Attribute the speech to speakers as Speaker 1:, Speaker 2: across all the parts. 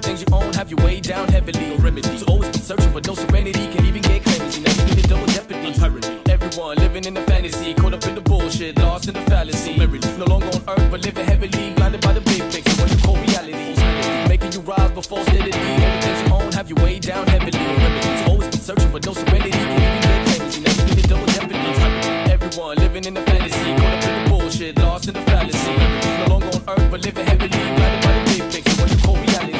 Speaker 1: drive you way down heavily. No remedy. So always be searching for no serenity. Can't even get clarity. Now you need a double jeopardy. Everyone living in a fantasy, caught up in the bullshit, lost in the fallacy. No longer on earth, but living heavily, blinded by the big picture. What you call reality? Making you rise before steadily. Everything's on, have you way down heavily. No remedy. So always be searching for no serenity. Can't even get clarity. Now you need a double jeopardy. Everyone living in a fantasy, caught up in the bullshit, lost in the fallacy. No longer on earth, but living heavily, blinded by the big picture. What you call reality?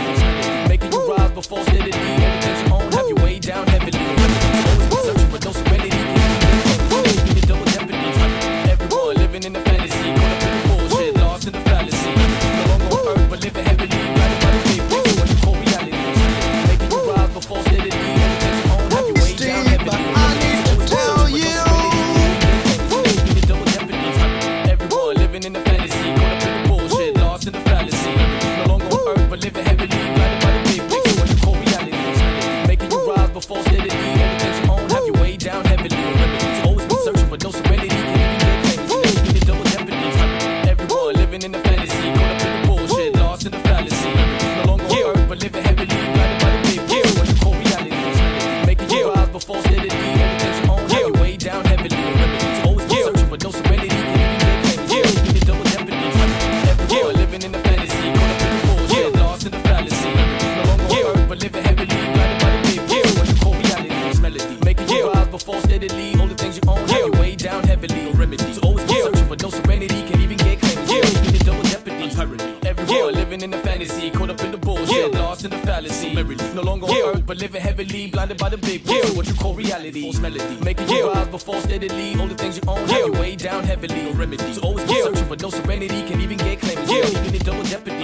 Speaker 1: Making you rise before steadily. Everything's on, have you way down heavily. No remedy. Always be searching for no serenity. Can't even get clarity. Now you need double jeopardy. Everyone living in a fantasy, caught up in the bullshit, lost in the fallacy. No longer on earth, but living heavily, blinded by the big picture. What you call reality? Making you rise before steadily. Everything's on, have you way down
Speaker 2: Steve,
Speaker 1: heavily.
Speaker 2: but I need to tell you.
Speaker 1: Everyone living in a fantasy, caught up in the bullshit, lost in the fallacy. No longer on earth, but living heavily, blinded by the big picture, what you call reality. Making you rise before steadily, everything's on, have you way down heavily. Remedies always been searching for no serenity, can't even get clarity. Now you need double jeopardy. Everyone living in a fantasy, caught up in the bullshit, lost in the fallacy. No longer on earth, but living heavily, blinded by the big picture, what you call reality. Making you rise before steadily, everything's on, have you way down heavily. Remedies always been searching for no serenity, can't even get clarity. Yeah. Living in double jeopardy. Everyone living in the fantasy. Caught up in the bullshit. Lost in the fallacy. No longer on earth, but living heavily. Blinded by the big picture. What you call reality is melody. Making you rise before steadily. All the things you own have you way down heavily. No remedy. So always be searching for no serenity. Can't even get clarity. Living in double jeopardy. Everyone living in the fantasy. Caught up in the bullshit. Lost in the fallacy. No longer on earth, but living heavily. Blinded by the big picture. What you call reality. False melody. Making you rise before steadily. All the things you own have you way down heavily. No remedy. So always be searching for no serenity. Can't even get clarity. Living in double jeopardy.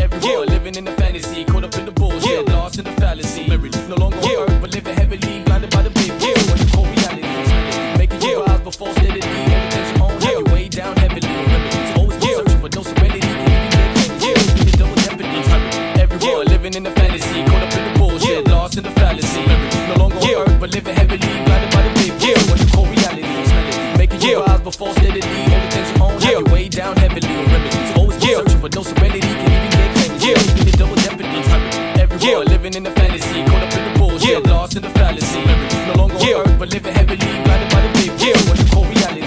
Speaker 1: Everyone living in the fantasy. Caught up in the bullshit. Lost in the fallacy. No longer on earth, but living heavily. Blinded by the big picture. What you call reality. Making you rise before steadily. Everything's your own. Have you way down heavily. No remedies. Always be searching for no serenity. Can't even get clarity. Living in double jeopardy. Everyone living in the fantasy. Caught up in the bullshit. Lost in the fallacy. No longer on earth, but living heavily. Blinded by the big picture. What you call reality. Making you rise before steadily. Everything's your own. Have you way down heavily. No remedies. Always be searching for no serenity. Can't even get clarity. Living in double jeopardy. Everyone living in the fantasy. Caught up in the bullshit. Lost in the fallacy. No longer on earth, but living heavily. Blinded by the big picture. What you call reality.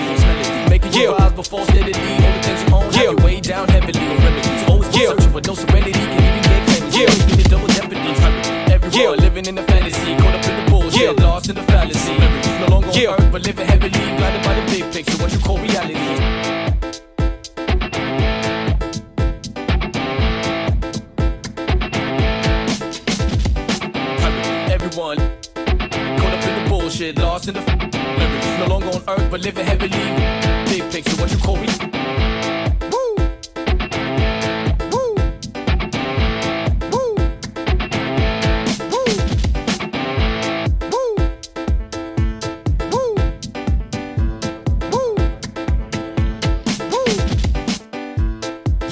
Speaker 1: Making you rise before steadily. Everything's your own. Have you way down heavily. No remedies. Always be searching for no serenity. Can't even get clarity. Living in double jeopardy. Everyone living in the fantasy. Caught up in the bullshit. Lost in the fallacy. No longer on earth, but living heavily. Blinded by the big picture. What you call reality. Everyone caught up in the bullshit, lost in the f- No longer on earth, but living heavily. Big picture, what you call me?